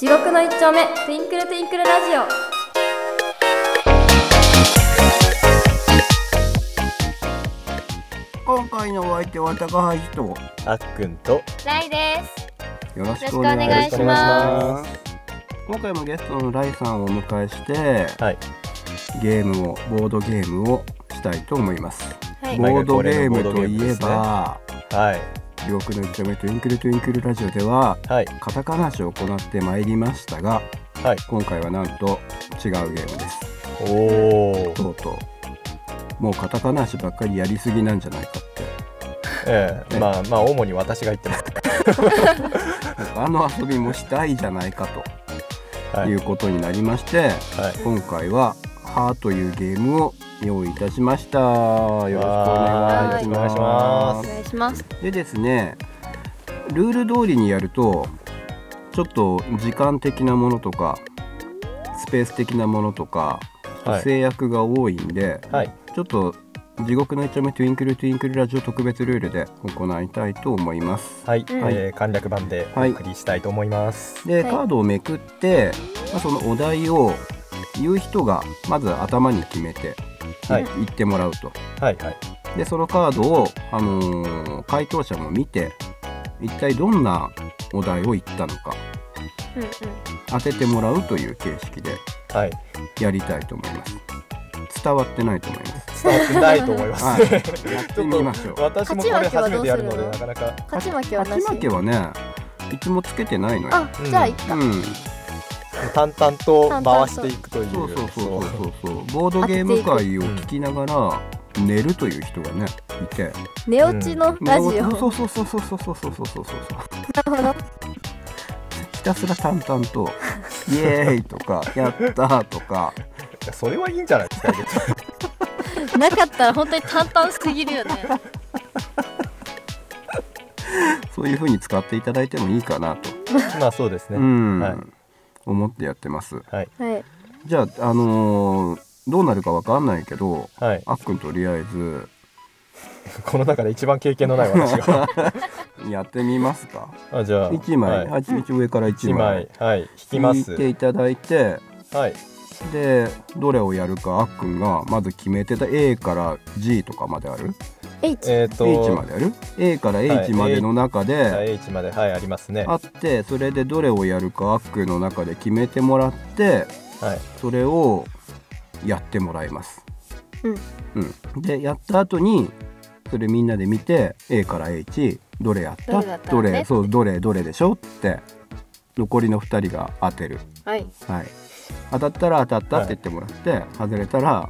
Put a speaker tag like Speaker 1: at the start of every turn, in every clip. Speaker 1: 丁目トゥインクルトゥインクルラジオ
Speaker 2: 今回のお相手は高橋と
Speaker 3: あっくんと
Speaker 1: ライです
Speaker 2: よろしく
Speaker 1: よろしくお
Speaker 2: お願
Speaker 1: 願
Speaker 2: い
Speaker 1: い
Speaker 2: し
Speaker 1: し
Speaker 2: ま
Speaker 1: ます
Speaker 2: 今回もゲストのライさんをお迎えして
Speaker 3: はい
Speaker 2: ゲームをボードゲームをしたいと思います、
Speaker 1: はい
Speaker 2: ボードゲームと
Speaker 3: 毎回恒例のボードゲーム
Speaker 2: い
Speaker 3: で
Speaker 2: え
Speaker 3: すね
Speaker 2: ば
Speaker 3: はい
Speaker 2: 「地獄の一丁目トゥインクルトゥインクルラジオ」では
Speaker 3: はい
Speaker 2: カタカナ詞を行ってまいりましたが
Speaker 3: はい
Speaker 2: 今回はなんと違うゲームです
Speaker 3: おお
Speaker 2: とうとうもうカタカナ詞ばっかりやりすぎなんじゃないかって
Speaker 3: ええまあまあ主に私が言ってます
Speaker 2: あの遊びもしたいじゃないかと
Speaker 3: はいいう
Speaker 2: ことになりまして、
Speaker 3: はい
Speaker 2: 今回は「ハーというゲームを用意いたしましたよろしくお願いし
Speaker 3: わーよろしくお願いしま
Speaker 2: ます
Speaker 1: 願いします
Speaker 2: でですねルール通りにやるとちょっと時間的なものとかスペース的なものとか、
Speaker 3: はい
Speaker 2: 制約が多いんで
Speaker 3: はい
Speaker 2: ちょっと地獄の一丁目トゥインクルトゥインクルラジオ特別ルールで行いたいと思います
Speaker 3: はい、
Speaker 1: うん
Speaker 3: えー簡略版でお送りしたいと思います
Speaker 2: で、
Speaker 1: はい
Speaker 2: カードをめくって、まあ、そのお題を言う人がまず頭に決めて、
Speaker 3: はい
Speaker 2: 言ってもらうと
Speaker 3: はいはい
Speaker 2: でそのカードを、あのー回答者も見て一体どんなお題を言ったのか
Speaker 1: うんうん
Speaker 2: 当ててもらうという形式で
Speaker 3: はい
Speaker 2: やりたいと思います伝わってないと思います
Speaker 3: 伝わってないと思います、
Speaker 2: はいやってみまし
Speaker 3: ち
Speaker 2: ょ
Speaker 3: ょっ
Speaker 2: う
Speaker 3: と私もこれ初めてやるので
Speaker 1: 勝
Speaker 3: な
Speaker 1: ち
Speaker 3: かなか
Speaker 1: 勝ち負けはな
Speaker 2: 勝
Speaker 1: し
Speaker 2: ち負けはねいつもつけてないのよ
Speaker 1: あ
Speaker 3: うん
Speaker 1: じゃあいっか、
Speaker 2: うん、
Speaker 3: 淡々と回していくという
Speaker 2: そうそうそう
Speaker 3: そう
Speaker 2: そうそうボードゲーム会を聞きながら寝るという人がねいて
Speaker 1: 寝落ちのラジオ、
Speaker 2: そうそうそうそうそうそうそうそうそうそうひたすら淡々 と「イエーイ!」とか「やった!」とか
Speaker 3: いやそれはいいんじゃないですか
Speaker 1: なかったら本当に淡々すぎる よね
Speaker 2: そういう風に使っていただいてもいいかなと、
Speaker 3: まあそうですね、
Speaker 2: うん、
Speaker 3: はい
Speaker 2: 思ってやってます
Speaker 3: はい
Speaker 1: はい
Speaker 2: じゃああのーどうなるかわかんないけど
Speaker 3: はい
Speaker 2: あっくんとりあえず
Speaker 3: この中で一番経験のない私 が
Speaker 2: やってみますか
Speaker 3: あじゃあ
Speaker 2: 1枚、
Speaker 3: はい、
Speaker 2: あ一上から
Speaker 3: 一
Speaker 2: 1枚
Speaker 3: 枚はい引きま
Speaker 2: 引
Speaker 3: す
Speaker 2: いていただいて
Speaker 3: はい
Speaker 2: でどれをやるかあっくんがまず決めてた A から G とかまである
Speaker 1: H
Speaker 3: えっ、ー、と
Speaker 2: H まである A から H までの中で、
Speaker 3: はい H まではいありますね
Speaker 2: あ
Speaker 3: は
Speaker 2: ってそれでどれをやるかアックの中で決めてもらって
Speaker 3: い
Speaker 2: それをやってもらいます、
Speaker 1: うん
Speaker 2: うん、でやった後にそれみんなで見て A から H どれやった
Speaker 1: どれだったのね
Speaker 2: そうどれどれでしょって残りの2人が当てる、
Speaker 1: はい
Speaker 2: はい、当たったら当たったって言ってもらって、外れたら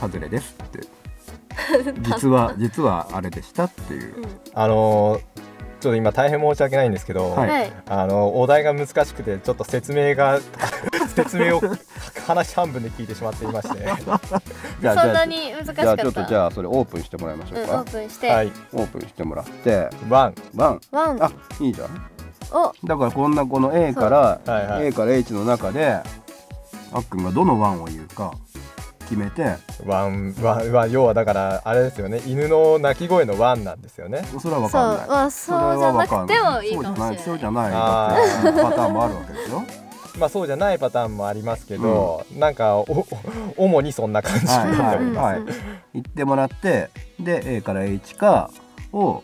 Speaker 2: 外れですって 実は実はあれでしたっていううん
Speaker 3: あのーちょっと今大変申し訳ないんですけど、
Speaker 2: はい
Speaker 1: はい
Speaker 3: あのお題が難しくてちょっと説明が 説明を話半分で聞いてしまっていま しては
Speaker 2: じゃあ
Speaker 1: そん
Speaker 2: じゃ
Speaker 1: な
Speaker 2: あ
Speaker 1: に難し
Speaker 2: じゃ
Speaker 1: かっ
Speaker 2: あちょっとじ
Speaker 1: た
Speaker 2: ゃあそれオープンしてもらいまし
Speaker 1: うん
Speaker 2: ょ
Speaker 1: オ
Speaker 2: うか、
Speaker 1: ープンして
Speaker 3: い
Speaker 2: オープンしてもらって
Speaker 3: ワン
Speaker 2: ワン
Speaker 1: ワン
Speaker 2: あいいじゃん
Speaker 1: を
Speaker 2: だからこんなこの A から、
Speaker 3: そうはいはい
Speaker 2: A から H の中であっくんがどのワンを言うか決めて
Speaker 3: ワンワンワン要はだからあれですよね犬の鳴き声のワンなんですよね
Speaker 2: それは分
Speaker 1: そう
Speaker 2: かんない
Speaker 1: まあそうじゃなくてもいいかもしれない
Speaker 2: そうじゃない
Speaker 3: あ
Speaker 2: そうじゃないだってパターンもあるわけですよ
Speaker 3: まあそうじゃないパターンもありますけど、なんかおお主にそんな感じ
Speaker 2: はいは
Speaker 1: うんうん
Speaker 2: いはい言ってもらってで A から H かを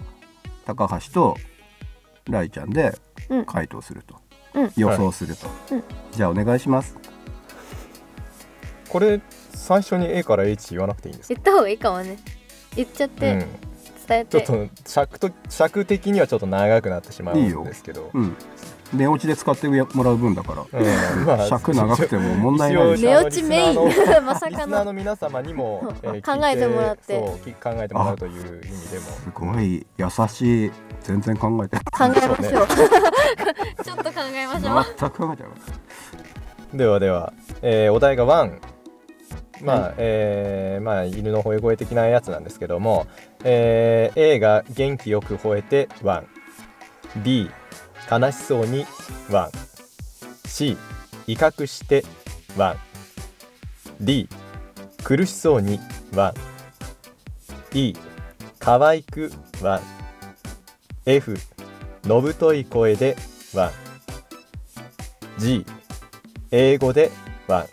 Speaker 2: 高橋とライちゃんで
Speaker 1: うん
Speaker 2: 回答すると、
Speaker 1: うん
Speaker 2: 予想すると、
Speaker 1: うん
Speaker 2: じゃあお願いします
Speaker 3: これ最初に A から H 言わなくていいんですか、
Speaker 1: 言った方がいいかもね言っちゃって、
Speaker 3: うん、
Speaker 1: 伝え
Speaker 3: ちょ
Speaker 1: て
Speaker 3: っと尺と尺的にはちょっと長くなってしまう
Speaker 2: いいよ
Speaker 3: んですけど
Speaker 2: うん寝落ちで使ってもらう分だから
Speaker 3: うんまあ
Speaker 2: 尺長くても問題ないでしょ
Speaker 1: 寝落ちメイ
Speaker 3: リスナ
Speaker 1: ン まさ
Speaker 3: リ
Speaker 1: か
Speaker 3: スナー
Speaker 1: の
Speaker 3: の皆様にも、
Speaker 1: 考えてもらって
Speaker 3: 聞いそうき考えてもらうという意味でも
Speaker 2: すごい優しい全然考えて
Speaker 1: 考えましょう
Speaker 3: そう
Speaker 1: ちょっと考えましょう
Speaker 2: ない全く考えてなかっ
Speaker 3: ではでは、えーお題が1まあ、えーまあ犬の吠え声的なやつなんですけども、えー A が元気よく吠えて 1B 悲しそうに 1C 威嚇して 1D 苦しそうに 1E 可愛く 1F のぶとい声で 1G 英語でワン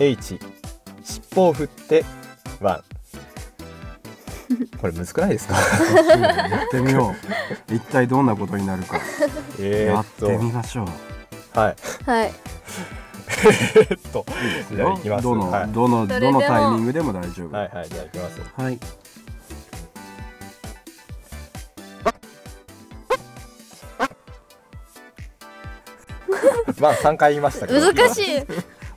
Speaker 3: H 尻尾を振ってワンこれむずくないですか
Speaker 2: やってみよう一体どんなことになるか
Speaker 3: え
Speaker 2: や
Speaker 3: ー
Speaker 2: っ
Speaker 3: っと
Speaker 2: てみましょう
Speaker 3: はい
Speaker 1: はい
Speaker 3: えーっとじゃあいきます
Speaker 2: どの、
Speaker 3: はい
Speaker 2: どの
Speaker 1: それ
Speaker 2: ど
Speaker 1: でも
Speaker 2: のタイミングでも大丈夫
Speaker 3: はいはいじゃあいきます
Speaker 2: はい
Speaker 3: まあ3回言いましたけど
Speaker 1: 難しい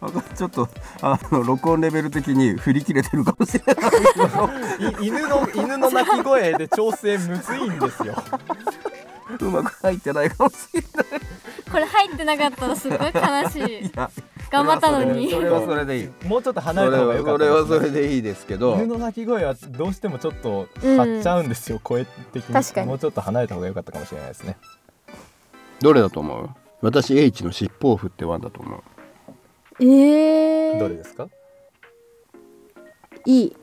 Speaker 2: あちょっとあの録音レベル的に振り切れてるかもしれない
Speaker 3: い犬の犬の鳴き声で調整むずいんですよ
Speaker 2: うまく入ってないかもしれない
Speaker 1: これ入ってなかったらすごい悲し い
Speaker 2: いや
Speaker 1: 頑張ったのに
Speaker 2: それはそれでいい
Speaker 3: もうちょっと離
Speaker 2: そ
Speaker 3: れ
Speaker 2: れ
Speaker 3: た方が
Speaker 2: は
Speaker 3: よか
Speaker 2: そ
Speaker 3: っ
Speaker 2: れは
Speaker 3: た
Speaker 2: そ
Speaker 3: で
Speaker 2: れ
Speaker 3: すね
Speaker 2: でいいですけ
Speaker 3: 犬
Speaker 2: ど
Speaker 3: の鳴き声はどうしてもちょっと張っちゃうんですよ、声的に
Speaker 1: 確かに
Speaker 3: もうちょっと離れた方がよかったかもしれないですね
Speaker 2: どれだと思う私 H の尻尾を振ってワンだと思う
Speaker 1: え
Speaker 3: どれですか
Speaker 1: いい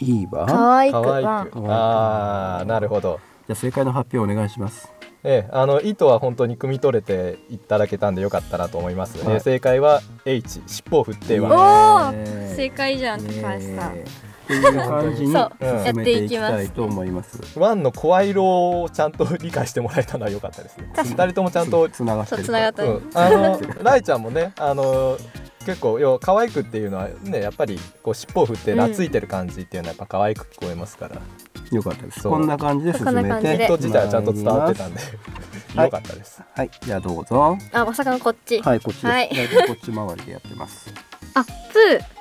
Speaker 2: いいわ
Speaker 1: 可愛
Speaker 3: 可愛く
Speaker 1: ワン
Speaker 3: ああーなるほど
Speaker 2: じゃあ正解の発表お願いします
Speaker 3: ええ、あの意図は本当に汲み取れていただけたんでよかったなと思います、
Speaker 2: はい
Speaker 3: えー正解は H 尻尾を振って
Speaker 1: お
Speaker 3: は
Speaker 1: お
Speaker 2: ねえ
Speaker 1: 正解じゃん
Speaker 2: ね
Speaker 1: 高橋さん
Speaker 2: えっていう感じに
Speaker 1: そう
Speaker 2: 進めていきたいと思います
Speaker 3: ワンの声色をちゃんと理解してもらえたのは良かったですね
Speaker 1: 確
Speaker 3: 二人ともちゃんと、
Speaker 2: つながって
Speaker 1: そう
Speaker 2: る
Speaker 1: つながった
Speaker 3: うん、あのライちゃんもねあの結構要は可愛くっていうのはねやっぱりこう尻尾を振って懐いてる感じっていうのはやっぱ可愛く聞こえますから、
Speaker 2: よかったです
Speaker 3: そう
Speaker 2: こんな感じで進
Speaker 1: こんな
Speaker 2: め
Speaker 1: 感じで
Speaker 2: て
Speaker 3: ヒント自体はちゃんと伝わってたんで
Speaker 2: はい
Speaker 3: 良かったです、
Speaker 2: はいじゃあどうぞ
Speaker 1: あまさかのこっち
Speaker 2: はいこっちです、
Speaker 1: はい
Speaker 2: 大体こっち回りでやってます
Speaker 1: あプー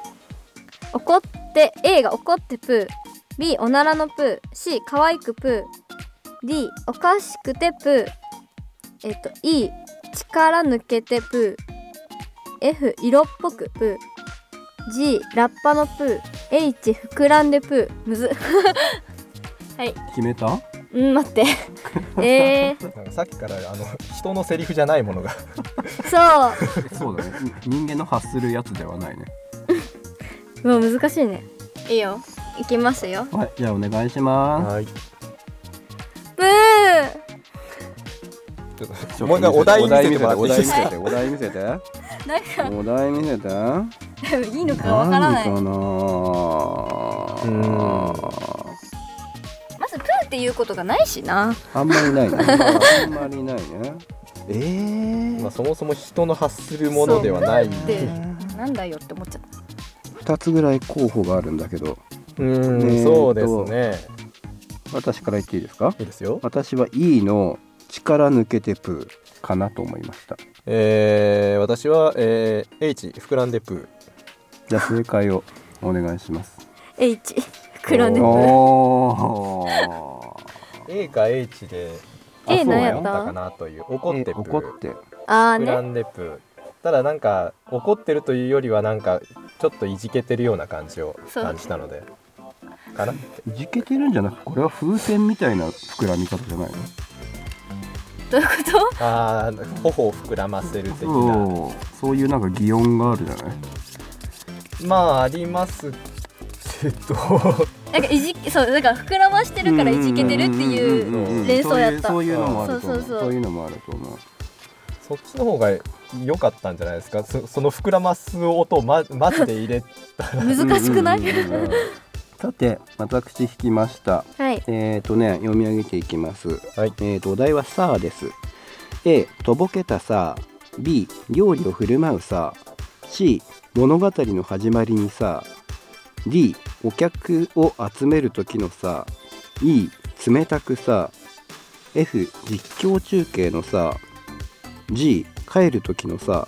Speaker 1: 怒って A が怒ってプー B おならのプー C 可愛くプー D おかしくてプーえっと E 力抜けてプー F 色っぽくプー G ラッパのプー H 膨らんでプーむず はい
Speaker 2: 決め た
Speaker 1: うん待って えー、
Speaker 3: なんかさっきからあの人のセリフじゃないものが
Speaker 1: そ
Speaker 2: そうだね 人間の発するやつではないね
Speaker 1: うもう難しいねいいよいきますよ
Speaker 2: はいじゃあお願いしま
Speaker 3: はい
Speaker 1: プー
Speaker 3: ちょっ
Speaker 2: す
Speaker 3: ともう一回お題見せてもらっていいですか
Speaker 2: お題見せて
Speaker 1: なんか
Speaker 2: お題見せて
Speaker 1: いいのかわからない
Speaker 2: 何かな
Speaker 1: まずプーっていうことがないしな
Speaker 2: あんまりないねあんまりない ねえー
Speaker 3: まあ、そもそも人の発するものではない
Speaker 1: そうプーってなんだよって思っちゃっ
Speaker 2: 2つぐらい候補があるんだけど
Speaker 3: うん
Speaker 2: えー
Speaker 3: そうですね
Speaker 2: 私から言っていいですか
Speaker 3: いいですよ
Speaker 2: 私は E の力抜けてプーかなと思いました
Speaker 3: えー、私は、えー、H 膨らんでプ
Speaker 2: じゃあ正解をお願いします
Speaker 1: た H 膨らんでプー
Speaker 2: お
Speaker 3: ー A か H で
Speaker 1: A
Speaker 3: そう
Speaker 1: 何やった
Speaker 3: だかなという怒ってプ
Speaker 2: え
Speaker 3: ー
Speaker 2: 怒って
Speaker 1: あー
Speaker 3: 膨ら
Speaker 1: ね
Speaker 3: んでプーただなんか怒ってるというよりはなんかちょっといじけてるような感じを
Speaker 1: そう
Speaker 3: 感じたのでかない
Speaker 2: じけてるんじゃなくてこれは風船みたいな膨らみ方じゃないの
Speaker 1: どういうこ
Speaker 3: あー頬を膨らませる的な
Speaker 2: そうそういうなんか擬音があるじゃない
Speaker 3: まあありますけ
Speaker 1: と
Speaker 3: ど
Speaker 1: なんかいじそうなんか膨らましてるからいじけてるっていう
Speaker 3: うんうんうん
Speaker 1: 連想やった
Speaker 2: そういうそういうのもあると思う
Speaker 1: そうそうそう
Speaker 2: そういうのもあると思う
Speaker 3: そっちの方が良かったんじゃないですかそその膨らます音をまマジで入れ
Speaker 1: 難しくない、
Speaker 2: うんうんうんうんさて私引きました
Speaker 1: はい
Speaker 2: えっ、ー、とね読み上げていきます
Speaker 3: はい
Speaker 2: えー、とお題は「さあ」です。A「とぼけたさあ」B「料理を振る舞うさあ」C「物語の始まりにさあ」D「お客を集める時のさあ」E「冷たくさあ」F「実況中継のさあ」G「帰る時のさあ」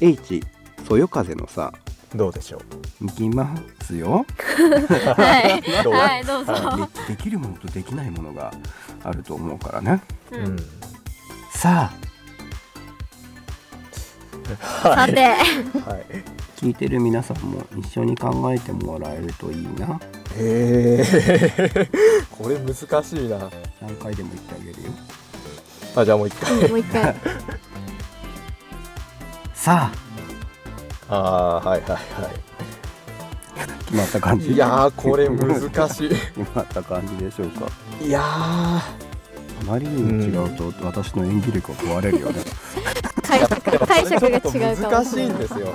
Speaker 2: H「そよ風のさあ」
Speaker 3: どうでしょう
Speaker 2: いきますよ。
Speaker 1: はい
Speaker 3: どう
Speaker 1: はいどうぞ、
Speaker 2: でできるものとできないものがあると思うからね。
Speaker 1: う
Speaker 3: うん
Speaker 1: ん、
Speaker 2: さあ
Speaker 1: さて、
Speaker 3: はい、
Speaker 2: 聞いてる皆さんも一緒に考えてもらえるといいな
Speaker 3: えー、 これ難しいな
Speaker 2: 何回でも言ってあげるよ
Speaker 3: あじゃあもう一回
Speaker 1: もう一回
Speaker 2: さ
Speaker 3: あーはいはいは
Speaker 2: あ決まった感
Speaker 3: い
Speaker 2: じ
Speaker 3: いやーこれ難
Speaker 2: 決
Speaker 3: し
Speaker 2: まった感じでしょうか
Speaker 3: いいや
Speaker 2: あまりにも違うと私の演技力が壊れるよね、
Speaker 1: 解釈解釈が違う
Speaker 3: ちょ
Speaker 1: かも
Speaker 3: っと難
Speaker 1: し
Speaker 3: しい
Speaker 1: れなんい
Speaker 3: ですよ。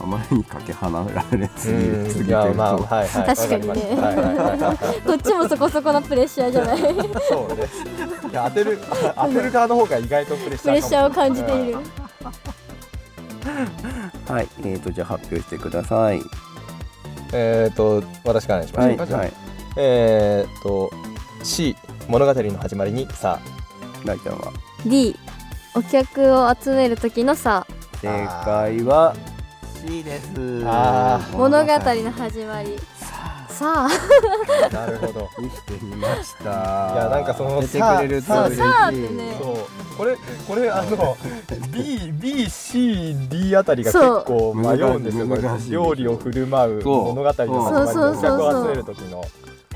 Speaker 2: あまりにかけ離れすぎ
Speaker 3: うん
Speaker 2: すぎてる
Speaker 3: いや
Speaker 2: と、
Speaker 3: まあはいはい。
Speaker 1: 確かにね
Speaker 3: わりましたはいはいはいはい
Speaker 1: こっちもそこそこのプレッシャーじゃないプ
Speaker 3: そうね。いや当てる当てる側の方が意外とプレッシャーかも
Speaker 1: レッシャーを感じている
Speaker 2: はいえー、とじゃあ発表してください
Speaker 3: えっと私からにしま
Speaker 2: は
Speaker 3: しょ
Speaker 2: いう
Speaker 3: か。じゃあ
Speaker 2: はい
Speaker 3: えっと C 物語の始まりにさ
Speaker 2: 大ちゃんは
Speaker 1: D お客を集める時のさ
Speaker 2: 正解は C です
Speaker 3: あー
Speaker 1: 物語の始まり
Speaker 2: さあ
Speaker 1: さあ
Speaker 3: あなるほど。
Speaker 2: 見てみましたい
Speaker 3: やなんかその
Speaker 2: 出てくれると
Speaker 3: さあ
Speaker 2: 嬉しい
Speaker 1: さあってね
Speaker 3: そうこれこれあの B B C D あたりが結構迷うんですよ。
Speaker 2: そう
Speaker 3: これ
Speaker 2: 難しい
Speaker 3: 料理を振る舞う
Speaker 2: そう
Speaker 3: 物語の始まり
Speaker 1: そう
Speaker 3: の
Speaker 1: そうそうそう
Speaker 3: 客を集める時の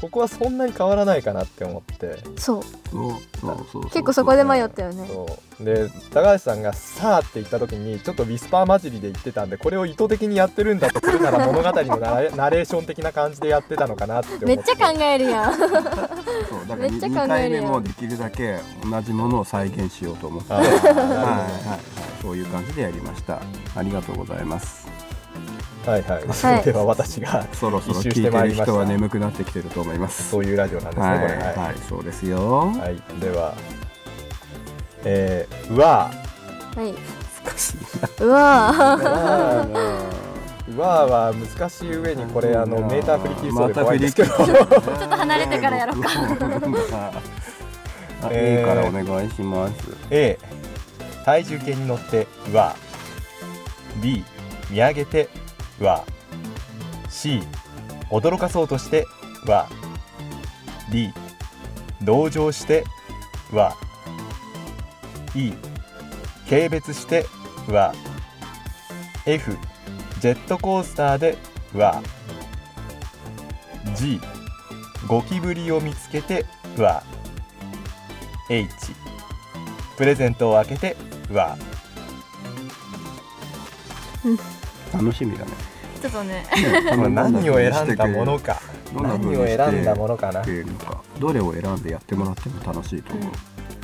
Speaker 3: ここはそんなに変わらないかなって思って。
Speaker 1: そう
Speaker 2: そうそうそう
Speaker 1: 結構そこで迷ったよね
Speaker 3: そうで高橋さんが「さあ」って言った時にちょっとウィスパー混じりで言ってたんでこれを意図的にやってるんだとするなら物語のナレナレーション的な感じでやってたのかなって思って
Speaker 1: めっちゃ考えるやん
Speaker 2: そうだ
Speaker 1: め
Speaker 2: から
Speaker 1: っちゃ
Speaker 2: 二
Speaker 1: 考えるやん
Speaker 2: 二回目もできるだけ同じものを再現しようと思って
Speaker 3: あー
Speaker 2: はい
Speaker 3: なる
Speaker 2: はいそういう感じでやりましたありがとうございます
Speaker 3: ほどはいはい、
Speaker 1: はい
Speaker 3: では私が
Speaker 2: そろそろ
Speaker 3: 一
Speaker 2: 聞
Speaker 3: 周
Speaker 2: い
Speaker 3: しててまい
Speaker 2: る
Speaker 3: りました
Speaker 2: 人は眠くなってきてると思います
Speaker 3: そういうラジオなんですね、
Speaker 2: はい
Speaker 3: これはい、
Speaker 2: はいそうですよ
Speaker 3: はいではえー、うわ
Speaker 1: はいう
Speaker 2: 難しいう
Speaker 1: わ
Speaker 3: ーうわーは難しい上にこれあのメーター振り切りそうで怖いんですけど、
Speaker 2: また振り切りそ う
Speaker 1: ちょっと離れてからやろうか
Speaker 2: あ A
Speaker 3: えー
Speaker 2: からお願いします
Speaker 3: A 体重計に乗ってうわ B 見上げてうわ C 驚かそうとしてうわ D 同情してうわ E 軽蔑してうわ F ジェットコースターでうわ G ゴキブリを見つけてうわ H プレゼントを開けてうわ
Speaker 2: 楽しみ だね
Speaker 1: ちょっとね
Speaker 3: まあ何を選んだもの
Speaker 2: か
Speaker 3: か
Speaker 2: どんな風に
Speaker 3: 何
Speaker 2: し
Speaker 3: を
Speaker 2: て
Speaker 3: 選んだものかな
Speaker 2: っていうのかどれを選んでやってもらっても楽しいと思う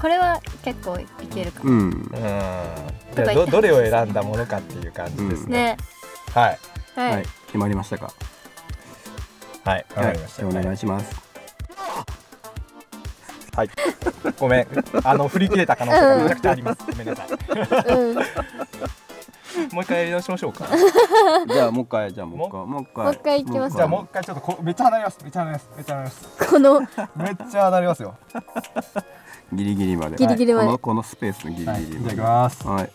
Speaker 4: これは結構いけるかも、
Speaker 2: うん
Speaker 3: うんじ
Speaker 4: と
Speaker 3: ゃ
Speaker 4: か言
Speaker 3: あ
Speaker 4: って
Speaker 3: どどれを選んだものかっていう感じですね、
Speaker 4: ね
Speaker 3: はい
Speaker 4: はい、
Speaker 2: はい決まりましたか
Speaker 3: はいわかりました、
Speaker 2: は
Speaker 3: はい
Speaker 2: じゃあお願
Speaker 3: い
Speaker 2: いします
Speaker 3: ごめんあの振り切れた可能性がめちゃくちゃありますごめんなさい
Speaker 1: うん
Speaker 3: もう一回やり直しましょう か
Speaker 2: じゃあもう一回じゃあもう一回もう一回
Speaker 1: もう一回いきます
Speaker 3: じゃあもう一回ちょっとこめっちゃ離れますめっちゃ離れますめっちゃ離れます
Speaker 1: この
Speaker 3: めっちゃ離れますよ
Speaker 2: ギリギリまで
Speaker 1: ギリギリまで
Speaker 2: はいこのこのスペースのギリ
Speaker 3: はい
Speaker 2: ギ
Speaker 3: じ
Speaker 2: リ
Speaker 3: ゃあい
Speaker 2: ま
Speaker 3: き
Speaker 2: で
Speaker 3: ます
Speaker 2: はい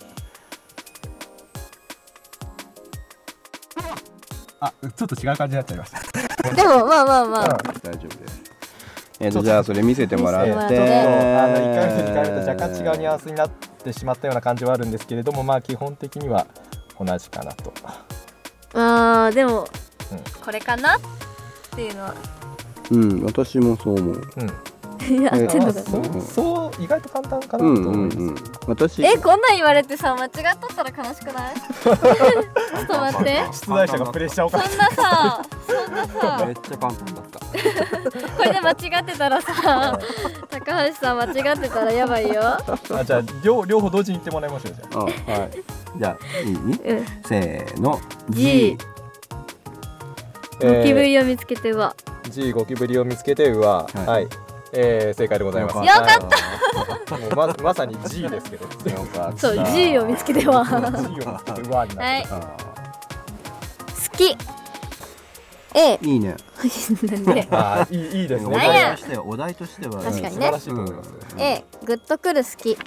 Speaker 3: あちょっと違う感じになっちゃいました
Speaker 1: でもまあまあまあ
Speaker 2: 大丈夫ですえっとじゃあそれ見せてもらって
Speaker 1: 見せ
Speaker 3: ちょっとあの1回目と2
Speaker 2: 一
Speaker 3: 回目と若干違うニュアンスになってしまったような感じはあるんですけれどもまあ基本的には同じかなと
Speaker 1: まあでも
Speaker 4: これかなっていうのは
Speaker 2: うん私もそう思う
Speaker 3: うん
Speaker 1: い や
Speaker 2: え
Speaker 1: 合ってんのか
Speaker 2: そ
Speaker 1: な
Speaker 2: う
Speaker 3: そう意外と簡単かなと
Speaker 2: うんう
Speaker 3: 思い
Speaker 2: ん
Speaker 3: ます、
Speaker 2: うん私
Speaker 1: えこんなん言われてさ間違っとったら悲しくない ちょっと待って
Speaker 3: 出題者がプレッシャーを
Speaker 1: そ
Speaker 3: か
Speaker 1: ん
Speaker 3: け
Speaker 1: なさそんなさ
Speaker 2: めっちゃ簡単だった
Speaker 1: これで間違ってたらさ高橋さん間違ってたらやばいよ
Speaker 3: てあじゃあ両両方同時に言ってもらいましょうじ
Speaker 2: あ
Speaker 3: ゃ
Speaker 2: はいじゃあいい
Speaker 1: うん
Speaker 2: せーの
Speaker 1: G
Speaker 3: あ
Speaker 1: ゴキブリを見つけては
Speaker 3: G ゴキブリを見つけてうわ
Speaker 2: はい
Speaker 3: はい、えー、正解でございます
Speaker 1: よか
Speaker 2: っ
Speaker 3: ったもうままさに G ですけど
Speaker 2: たよかった
Speaker 1: そう G を見つけて は
Speaker 3: G を見つけてうわになってる、
Speaker 1: 好き A
Speaker 2: いいね
Speaker 1: なんで
Speaker 3: あーいいいいです
Speaker 2: お
Speaker 3: ね
Speaker 1: なん
Speaker 2: 題
Speaker 1: や
Speaker 2: としてはお題としては
Speaker 1: 確かに
Speaker 3: 素
Speaker 1: ね
Speaker 3: 晴らしいと思います、
Speaker 1: A グッとくる好き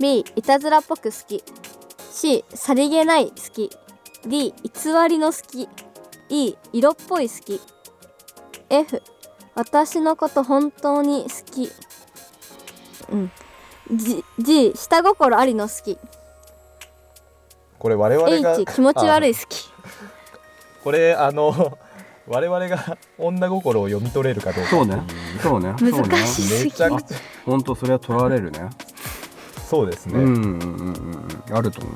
Speaker 1: B いたずらっぽく好き C さりげない好き D 偽りの好き E 色っぽい好き F 私のこと本当に好きうん G, G 下心ありの好き
Speaker 3: これ我々が
Speaker 1: H 気持ち悪
Speaker 3: い
Speaker 1: い好き
Speaker 3: これあの 我々が女心を読み取れるかどうか
Speaker 2: そうねそうねそうね
Speaker 1: 難しい
Speaker 3: めちゃくちゃ
Speaker 2: 本当それは取られるね
Speaker 3: そうですね、
Speaker 2: うんうんうんうんあると思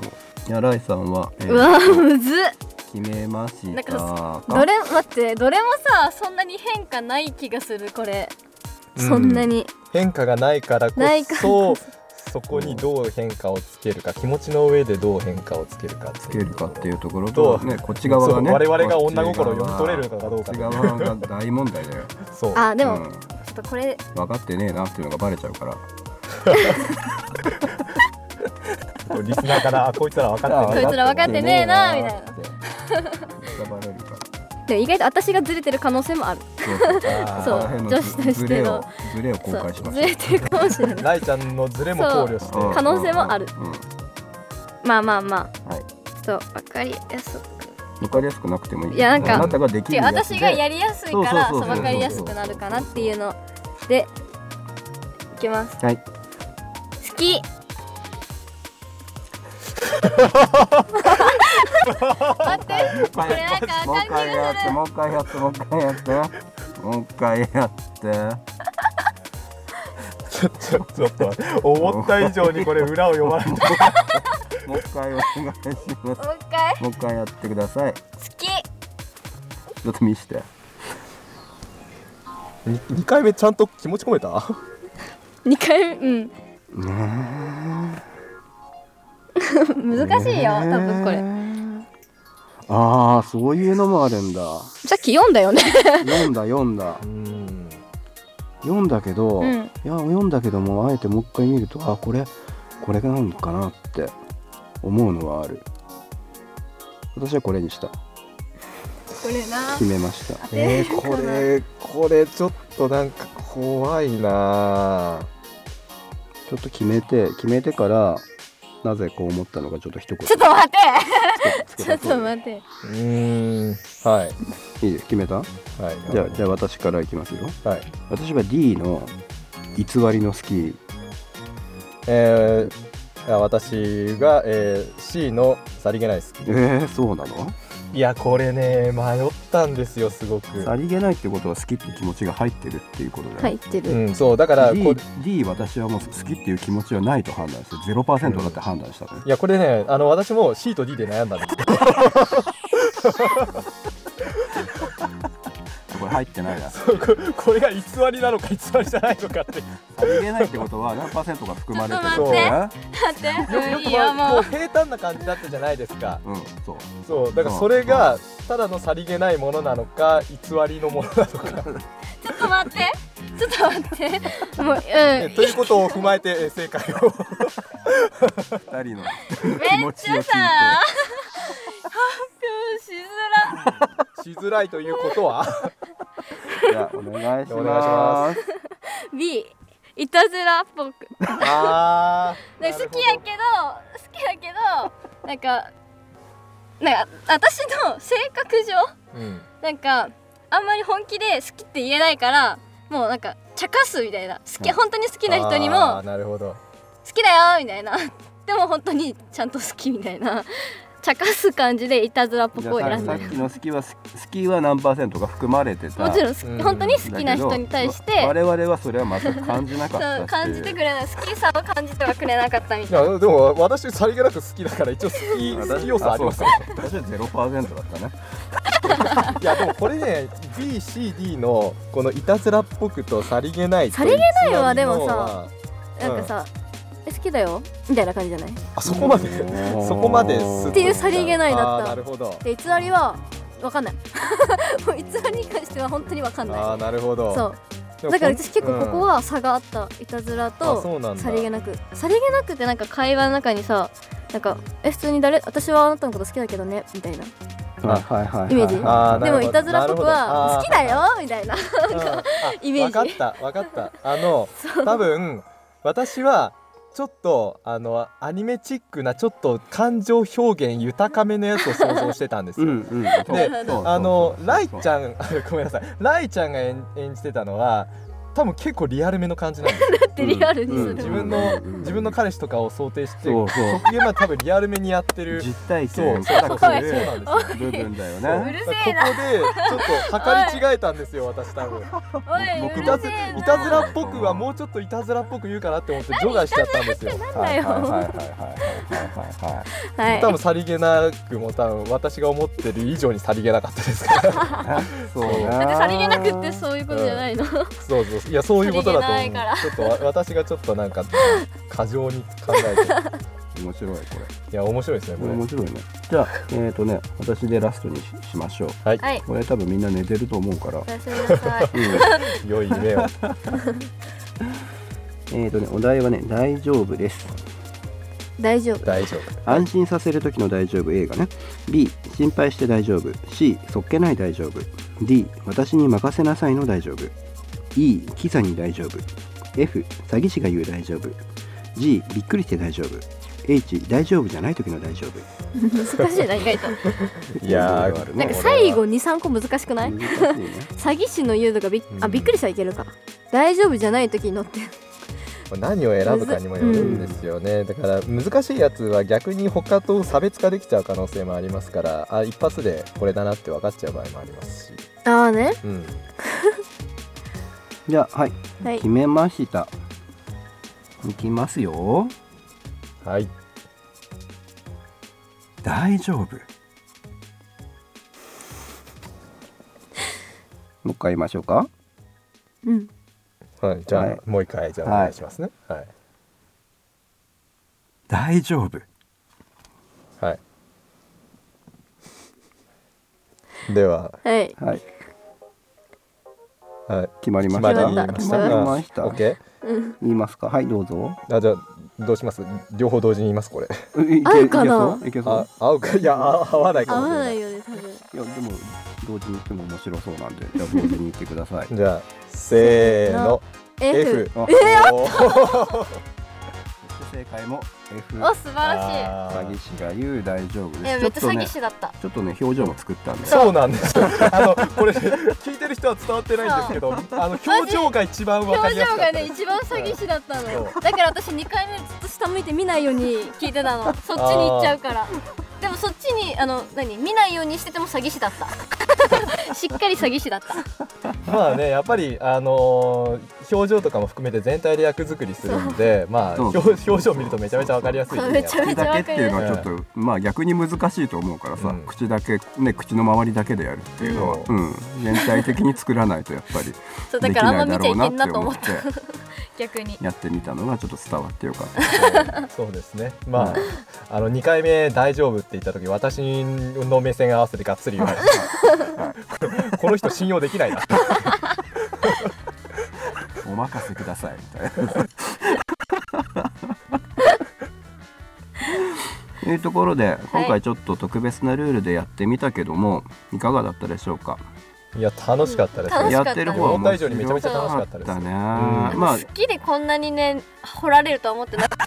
Speaker 2: うやらいさんは、えー
Speaker 1: うわむずっ
Speaker 2: 決めまし
Speaker 4: な
Speaker 2: た
Speaker 4: んか
Speaker 2: か
Speaker 1: どれ待ってどれもさそんなに変化ない気がするこれ、
Speaker 3: うん
Speaker 1: そんなに
Speaker 3: 変化がないからこ
Speaker 1: ないから
Speaker 3: そ
Speaker 1: こ
Speaker 3: そこにどう変化をつけるか気持ちの上でどう変化をつけるか
Speaker 2: つ
Speaker 3: つ
Speaker 2: けるかっていうところと、
Speaker 3: と
Speaker 2: ね、こっち側がね
Speaker 3: そう我々が
Speaker 2: こっち側
Speaker 3: 女心を読み取れるのかどうか
Speaker 2: こっち側が大問題だよ
Speaker 3: そう
Speaker 1: あでも、
Speaker 2: うん
Speaker 1: ちょっとこれ
Speaker 2: 分かってねえなっていうのがバレちゃうから
Speaker 3: リスナーからあこいつら分かって
Speaker 4: こ
Speaker 3: る
Speaker 4: いつら分かってねえなみたいな
Speaker 2: なバレるから
Speaker 1: でも意外と私がずれてる可能性もある
Speaker 2: そうそう
Speaker 3: あー
Speaker 1: そう
Speaker 2: あの辺の
Speaker 1: 女子としての
Speaker 2: ズレをズレを公開し
Speaker 1: そう
Speaker 2: ま
Speaker 1: ず
Speaker 2: し
Speaker 1: れてるかもしれない
Speaker 3: ライちゃんのズレも考慮して
Speaker 2: たうん
Speaker 1: 可能性もある
Speaker 2: うん
Speaker 1: まあまあま
Speaker 2: はい
Speaker 1: あちょっと分かりやす
Speaker 2: 分かりやすくなくてもいい
Speaker 1: いやなんか
Speaker 2: あなたができ
Speaker 1: く違
Speaker 2: る
Speaker 1: う
Speaker 2: やつで
Speaker 1: 私がやりやすいから
Speaker 2: そうそうそうそ
Speaker 1: 分
Speaker 2: う
Speaker 1: かりやすくなるかなっていうのでいきます
Speaker 2: は い
Speaker 1: 好き
Speaker 4: 待ってこれなんか
Speaker 2: もう一回やってもう一回やってもう一回やってもう一回やって
Speaker 3: ちょちょちょっと待って思った以上にこれ裏を読まない と
Speaker 2: もう一回お願いします
Speaker 1: もう一回
Speaker 2: もう一回やってくださいち
Speaker 1: 好き
Speaker 2: ょっと見して
Speaker 3: 2回目ちゃんと気持ち込めた
Speaker 1: 2回目うん難しいよ多分これ
Speaker 2: ああそういうのもあるんだ
Speaker 1: さっき読んだよね
Speaker 2: 読んだ読んだ
Speaker 3: うん
Speaker 2: 読んだけど、
Speaker 1: うん
Speaker 2: いや読んだけどもあえてもう一回見るとあこれこれなのかなって思うのはある私はこれにした
Speaker 4: これな
Speaker 2: 決めました
Speaker 3: えー、これこれちょっとなんか怖いな
Speaker 2: ちょっと決めて決めてからなぜこう思ったのかちょっと一言
Speaker 1: ちょっと待て
Speaker 2: つけ
Speaker 1: ちょ
Speaker 2: た
Speaker 1: っと待て
Speaker 3: うーんはい
Speaker 2: いいです決めた
Speaker 3: はい
Speaker 2: じゃあじゃあ私からいきますよ
Speaker 3: あはい
Speaker 2: 私は D の偽りの好き
Speaker 3: えー、あ私が、えー、C のさりげない好
Speaker 2: えー、そうなの
Speaker 3: きいやこれね迷ったんですよすごく
Speaker 2: さりげないってことは好きって気持ちが入ってるっていうことだよ
Speaker 1: 入って
Speaker 3: う
Speaker 1: る
Speaker 3: んそうだからこ
Speaker 2: D, D 私はもう好きっていう気持ちはないと判断して0%だって判断したのよ、
Speaker 3: いやこれねあの私も C と D で悩んだんですけど
Speaker 2: これ入ってないなさ
Speaker 3: そうこ これが偽りなのか偽りじゃないのかって
Speaker 2: りげないってことは何パーセントが含まれてる
Speaker 3: ちょっと待って
Speaker 4: 待っ
Speaker 2: ね
Speaker 4: てう
Speaker 3: よくよ
Speaker 4: んい
Speaker 3: く
Speaker 4: いよ
Speaker 3: まあ
Speaker 4: も
Speaker 3: こう
Speaker 4: う
Speaker 3: 平坦な感じだったじゃないですか
Speaker 2: うんそう
Speaker 3: そうだからそれがただのさりげないものなのか偽りのものなの か
Speaker 4: ちょっと待って
Speaker 1: ちょっと待ってもううん
Speaker 3: えということを踏まえてえ正解を
Speaker 2: 2人の気
Speaker 4: め
Speaker 2: 持
Speaker 4: っ
Speaker 2: ち
Speaker 4: ち
Speaker 2: を聞 い
Speaker 4: ゃ
Speaker 2: て
Speaker 4: さしづら
Speaker 3: しづらいということ は
Speaker 2: じゃあお願いし
Speaker 3: お願いしま
Speaker 2: ます
Speaker 1: B いたずらっぽく
Speaker 3: あー
Speaker 4: なんか好きやけど好きやけどなんかなんか私の性格上
Speaker 3: うん
Speaker 4: なんかあんまり本気で好きって言えないからもうなんか茶化すみたいな好き
Speaker 2: うん
Speaker 4: 本当に好きな人に
Speaker 3: あー
Speaker 4: も
Speaker 3: なるほど
Speaker 4: 好きだよみたいなでも本当にちゃんと好きみたいな 茶化す感じでいたずらっぽ
Speaker 2: じ
Speaker 4: く
Speaker 2: ゃあ
Speaker 4: を
Speaker 2: さ
Speaker 4: 選ん
Speaker 2: さ
Speaker 4: だ
Speaker 2: っきの好きは好き好きは何パーセントが含まれてた
Speaker 4: もちろん
Speaker 3: う
Speaker 4: 好
Speaker 3: ん
Speaker 4: き本当に好きな人に対し
Speaker 2: だけど
Speaker 4: て
Speaker 2: 我々はそれは全く感じなかったって
Speaker 4: そ
Speaker 2: いう
Speaker 4: う感じてくれない好きさを感じてはくれなかったみ
Speaker 3: い
Speaker 4: たいな
Speaker 3: やでも私さりげなく好きだから一応好き好き要素あります
Speaker 2: そ
Speaker 3: よ
Speaker 2: うか私はゼロパーセントだったね
Speaker 3: いやでもこれね BCD のこのいたずらっぽくとさりげないと
Speaker 1: さりげないはでもさ
Speaker 3: 偽り
Speaker 1: な
Speaker 3: のは
Speaker 1: んかさ、え好きだよみたいな感じじゃない
Speaker 3: あそこまでそこまですと
Speaker 1: っていうさりげないだった
Speaker 3: あーなるほど
Speaker 1: で偽りは分かんない もう偽りに関しては本当に分かんな
Speaker 3: あーなるほど
Speaker 1: いそう
Speaker 3: でも
Speaker 1: だから私結構ここ、
Speaker 3: うん
Speaker 1: は差があったいたずら
Speaker 3: あそうな
Speaker 1: と
Speaker 3: んだ
Speaker 1: さりげなくさりげなくってなんか会話の中にさなんかえ普通に誰私はあなたのこと好きだけどねみたいな
Speaker 2: はいはいはいはい
Speaker 1: イメージ
Speaker 3: あーな
Speaker 1: で
Speaker 3: るほ
Speaker 1: も
Speaker 3: ど
Speaker 1: いたずらっぽく
Speaker 3: なるほど
Speaker 1: は
Speaker 3: あー
Speaker 1: 好きだよみたいな
Speaker 3: うんあ
Speaker 1: イメージ
Speaker 3: わかったわか ったあの多分私はちょっとあのアニメチックなちょっと感情表現豊かめのやつを想像してたんです
Speaker 2: う
Speaker 3: よ。
Speaker 2: んうん
Speaker 3: で
Speaker 2: そうそう
Speaker 3: あの
Speaker 2: そう
Speaker 3: ライちゃんごめんな さいライちゃんが演演じてたのは多分結構リアルめの感じなんですよ
Speaker 1: ってリアルにす
Speaker 2: うん
Speaker 1: る
Speaker 3: 自分の自分の彼氏とかを想定して
Speaker 2: そうそう
Speaker 3: 極限まで多分リアルめにやってる
Speaker 2: 実体
Speaker 3: そ
Speaker 2: 験
Speaker 3: うそうそうそうなん
Speaker 2: から
Speaker 3: で
Speaker 2: 来
Speaker 3: す
Speaker 2: る
Speaker 3: よ
Speaker 2: 部分だよ
Speaker 3: そう
Speaker 2: ね
Speaker 4: る
Speaker 3: こ
Speaker 4: せ
Speaker 3: こ
Speaker 4: えな
Speaker 3: でちょっと測り違えたんですよ私多分
Speaker 4: おいう
Speaker 2: 僕
Speaker 4: るせ
Speaker 3: いた
Speaker 2: も
Speaker 3: ずい
Speaker 4: えな
Speaker 3: たずらっぽくはもうちょっといたずらっぽく言うかなって思って除外しちゃったんですよ
Speaker 1: なんだよ
Speaker 2: はいはいはいはいはいはいはい
Speaker 1: はい
Speaker 3: 多分さりげなくも多分私が思ってる以上 にさりげなかったですから
Speaker 2: そうね
Speaker 4: だってさりげなくってそういうことじゃないの
Speaker 3: そうそういやそういうことだと
Speaker 4: さ
Speaker 3: 思
Speaker 4: り
Speaker 3: う
Speaker 4: げないから
Speaker 3: ちょっとわ私がちょっとなんか過剰に考えてる
Speaker 2: 面白いこ
Speaker 3: いや面白いですね
Speaker 2: れ
Speaker 3: こ
Speaker 2: こ
Speaker 3: れ
Speaker 2: れ面白いねじゃあえっ、ー、とね私でラストにししましょう
Speaker 3: はい、
Speaker 4: はい
Speaker 2: これ多分みんな寝てると思うから、
Speaker 4: おやすみなさい
Speaker 3: 良い夢を
Speaker 2: えーとねお題はね「大丈夫です
Speaker 1: 大丈夫
Speaker 3: 大丈夫」
Speaker 2: 安心させる時の大丈夫 A がね B 心配して大丈夫 C そっけない大丈夫 D 私に任せなさいの大丈夫 E キザに大丈夫 F 詐欺師が言う大丈夫 G びっくりして大丈夫 H 大丈夫じゃない時の大丈夫
Speaker 1: 難しいな意外と
Speaker 3: いや
Speaker 2: こ
Speaker 3: ー
Speaker 2: れ
Speaker 1: なんか
Speaker 2: は
Speaker 1: 最後23個難しくない
Speaker 2: 難しいね
Speaker 1: 詐欺師の言うのがびっあびっくりしたらいけるか大丈夫じゃない時に乗って
Speaker 3: 何を選ぶかにもよるんですよね、だから難しいやつは逆に他と差別化できちゃう可能性もありますからあ一発でこれだなって分かっちゃう場合もありますし、
Speaker 1: ああね
Speaker 3: うん、
Speaker 2: じゃあはい
Speaker 1: はい
Speaker 2: 決めましたいきますよ
Speaker 3: はい
Speaker 2: 大 丈夫もう一回言いましょうか
Speaker 1: うん
Speaker 3: はい、じゃあ、
Speaker 2: はい
Speaker 3: もう一回じゃあお願いしますね。はい、
Speaker 2: 大丈夫
Speaker 3: はい。では、
Speaker 1: はい
Speaker 2: はい
Speaker 3: はい、
Speaker 2: 決まりま
Speaker 3: 決
Speaker 2: し
Speaker 3: ま
Speaker 2: た
Speaker 3: り
Speaker 1: ま
Speaker 3: ま
Speaker 1: りしたた
Speaker 2: 決
Speaker 3: しか。
Speaker 2: まりました
Speaker 3: オッケ
Speaker 2: 言いますかはいどうぞ
Speaker 3: ー。あ、じゃあどうします？両方同時に言いますこれ。
Speaker 2: いい
Speaker 1: 合うかない
Speaker 2: けそういけそう
Speaker 3: あ、合うかいやあ合わない
Speaker 1: 合
Speaker 3: かもし
Speaker 1: わ
Speaker 3: れな。
Speaker 1: ないいよね多分
Speaker 2: いやでも同時に言っても面白そうなんでじゃあ同時に言ってくださ い
Speaker 3: じゃあせーの F。
Speaker 2: あ
Speaker 3: おー
Speaker 2: そして正解も F
Speaker 4: お素晴ら
Speaker 3: あ
Speaker 2: 詐
Speaker 3: ー
Speaker 2: 欺師が言う大丈夫
Speaker 4: しい
Speaker 2: で
Speaker 4: え
Speaker 2: す
Speaker 4: めっちゃ詐
Speaker 2: ね
Speaker 4: 欺師だった
Speaker 2: ちょっとね表情も作ったんで
Speaker 3: そうなんですよ。あのこれ聞いてる人は伝わってないんですけど、あの表情が一番わか
Speaker 4: 表
Speaker 3: りやすか
Speaker 4: 情
Speaker 3: った
Speaker 4: が
Speaker 3: で
Speaker 4: ね
Speaker 3: す。
Speaker 4: 一番詐欺師だったの
Speaker 3: そ
Speaker 4: だから私2回目ずっと下向いて見ないように聞いてたのそっちに行っちゃうからでもそっちにあの何見ないようにしてても詐欺師だったしっかり詐欺師だった
Speaker 3: まあねやっぱりあのー表情とかも含めて全体で役作りするんで、まあ
Speaker 2: そう
Speaker 3: 表表情見るとめちゃめちゃわかりやすいですね
Speaker 4: めちゃめ
Speaker 2: 口
Speaker 4: ちゃ
Speaker 2: だけ
Speaker 4: わ
Speaker 2: っ
Speaker 4: か
Speaker 2: て
Speaker 4: り
Speaker 2: いう
Speaker 4: や
Speaker 2: の
Speaker 4: すい
Speaker 2: はちょっと、まあ逆に難しいと思うからさ、
Speaker 3: うん
Speaker 2: 口だけね口の周りだけでやるっていうのは、
Speaker 3: う
Speaker 2: うん全体的に作らないとやっぱり
Speaker 4: そうだ
Speaker 2: でき
Speaker 4: からあ
Speaker 2: なんい
Speaker 4: ま
Speaker 2: だ
Speaker 4: 見ちゃい
Speaker 2: ろ
Speaker 4: うけ
Speaker 2: なっ
Speaker 4: ん
Speaker 2: て
Speaker 4: なと
Speaker 2: 思
Speaker 4: 思
Speaker 2: っ
Speaker 4: ってた逆に
Speaker 2: やってみたのがちょっと伝わってよかった。
Speaker 3: そうですね。まあ、あの二回目大丈夫って言った時、私の目線合わせてがっつり言われた。 この人信用できないな。
Speaker 2: お任せくださいみ たいな。というところで今回ちょっと特別なルールでやってみたけども、い、かがだったでしょうか
Speaker 3: いや、楽しかったです
Speaker 4: 楽しか
Speaker 2: や
Speaker 3: ね。
Speaker 4: った
Speaker 2: ってる方はもう
Speaker 3: 思った以上にめちゃめちゃ楽しかったです
Speaker 2: 面白ね、
Speaker 3: う ん
Speaker 2: まあ
Speaker 4: 好きでこんなにね掘られるとは思ってなかっ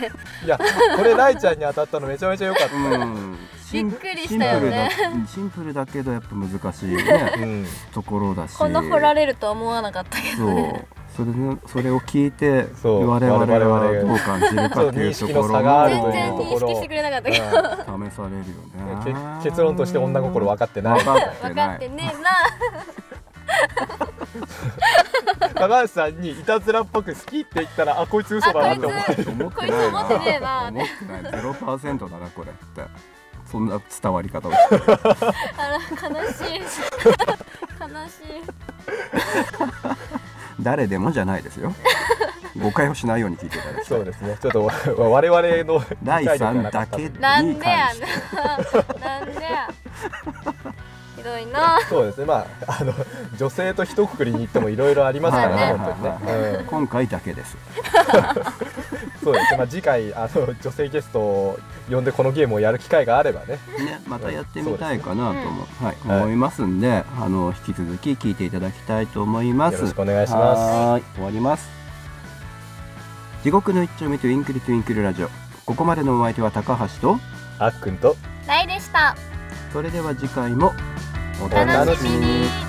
Speaker 4: た
Speaker 3: いや、これライちゃんに当たったのめちゃめちゃ良かっ
Speaker 2: うんシン
Speaker 4: びっくりしたよね
Speaker 2: シンプルだうんシンプルだけどやっぱ難しいね
Speaker 3: た。うん、
Speaker 2: ところだし
Speaker 4: こんな掘られるとは思わなかったけど
Speaker 2: そうそれねそれを聞いて
Speaker 3: そう
Speaker 2: 我々
Speaker 3: 我々
Speaker 2: は
Speaker 3: は
Speaker 2: どう感じるかっていうところ
Speaker 3: そう認識の差がある
Speaker 4: 全
Speaker 3: と
Speaker 4: 然
Speaker 3: いう
Speaker 4: 認識してくれなかったけど
Speaker 2: 試されるよ
Speaker 3: け
Speaker 2: ね
Speaker 3: 結論として女心分かってな い
Speaker 2: 分。かって
Speaker 4: 分
Speaker 2: な
Speaker 4: か
Speaker 2: い
Speaker 4: ってねえな
Speaker 3: 高橋さんにいたずらっぽく好きって言ったら、あ、こいつ嘘だな
Speaker 4: あ
Speaker 3: っ
Speaker 4: こい
Speaker 3: て
Speaker 4: つ
Speaker 3: 思う。
Speaker 2: 思って
Speaker 4: こいつ思ってね
Speaker 2: な
Speaker 4: え
Speaker 2: いな
Speaker 4: な
Speaker 2: 思ってないゼロパーセントだなこれってそんな伝わり方を
Speaker 4: あら悲しい悲しい
Speaker 2: 誰でもじゃないですよ誤解をしないように聞いていただきた
Speaker 3: そう
Speaker 2: い
Speaker 3: ですね。ちょっと我々の
Speaker 2: 第
Speaker 3: 理解力
Speaker 2: 3
Speaker 3: がなかっ
Speaker 2: だ
Speaker 3: た
Speaker 2: け
Speaker 3: 分
Speaker 2: に
Speaker 4: なんでや
Speaker 2: 関し て
Speaker 4: ななんでやひどいな
Speaker 3: そうですね。まああの女性と一括りに言ってもいろいろありますから
Speaker 2: はい
Speaker 3: ね、本当にね。うん
Speaker 2: 今回だけです
Speaker 3: そうです。まあ次回あの女性ゲストを呼んでこのゲームをやる機会があればね。
Speaker 2: ね、またやってみたいかなとも、はい、
Speaker 3: はい
Speaker 2: 思いますんで、あの引き続き聞いていただきたいと思います。
Speaker 3: よろしくお願いします
Speaker 2: はーい終わります。地獄の一丁目とゥインクルトゥインクルラジオ。ここまでのお相手は高橋と、
Speaker 3: あっくんと
Speaker 4: ないでした
Speaker 2: それでは次回もお
Speaker 4: お楽しみに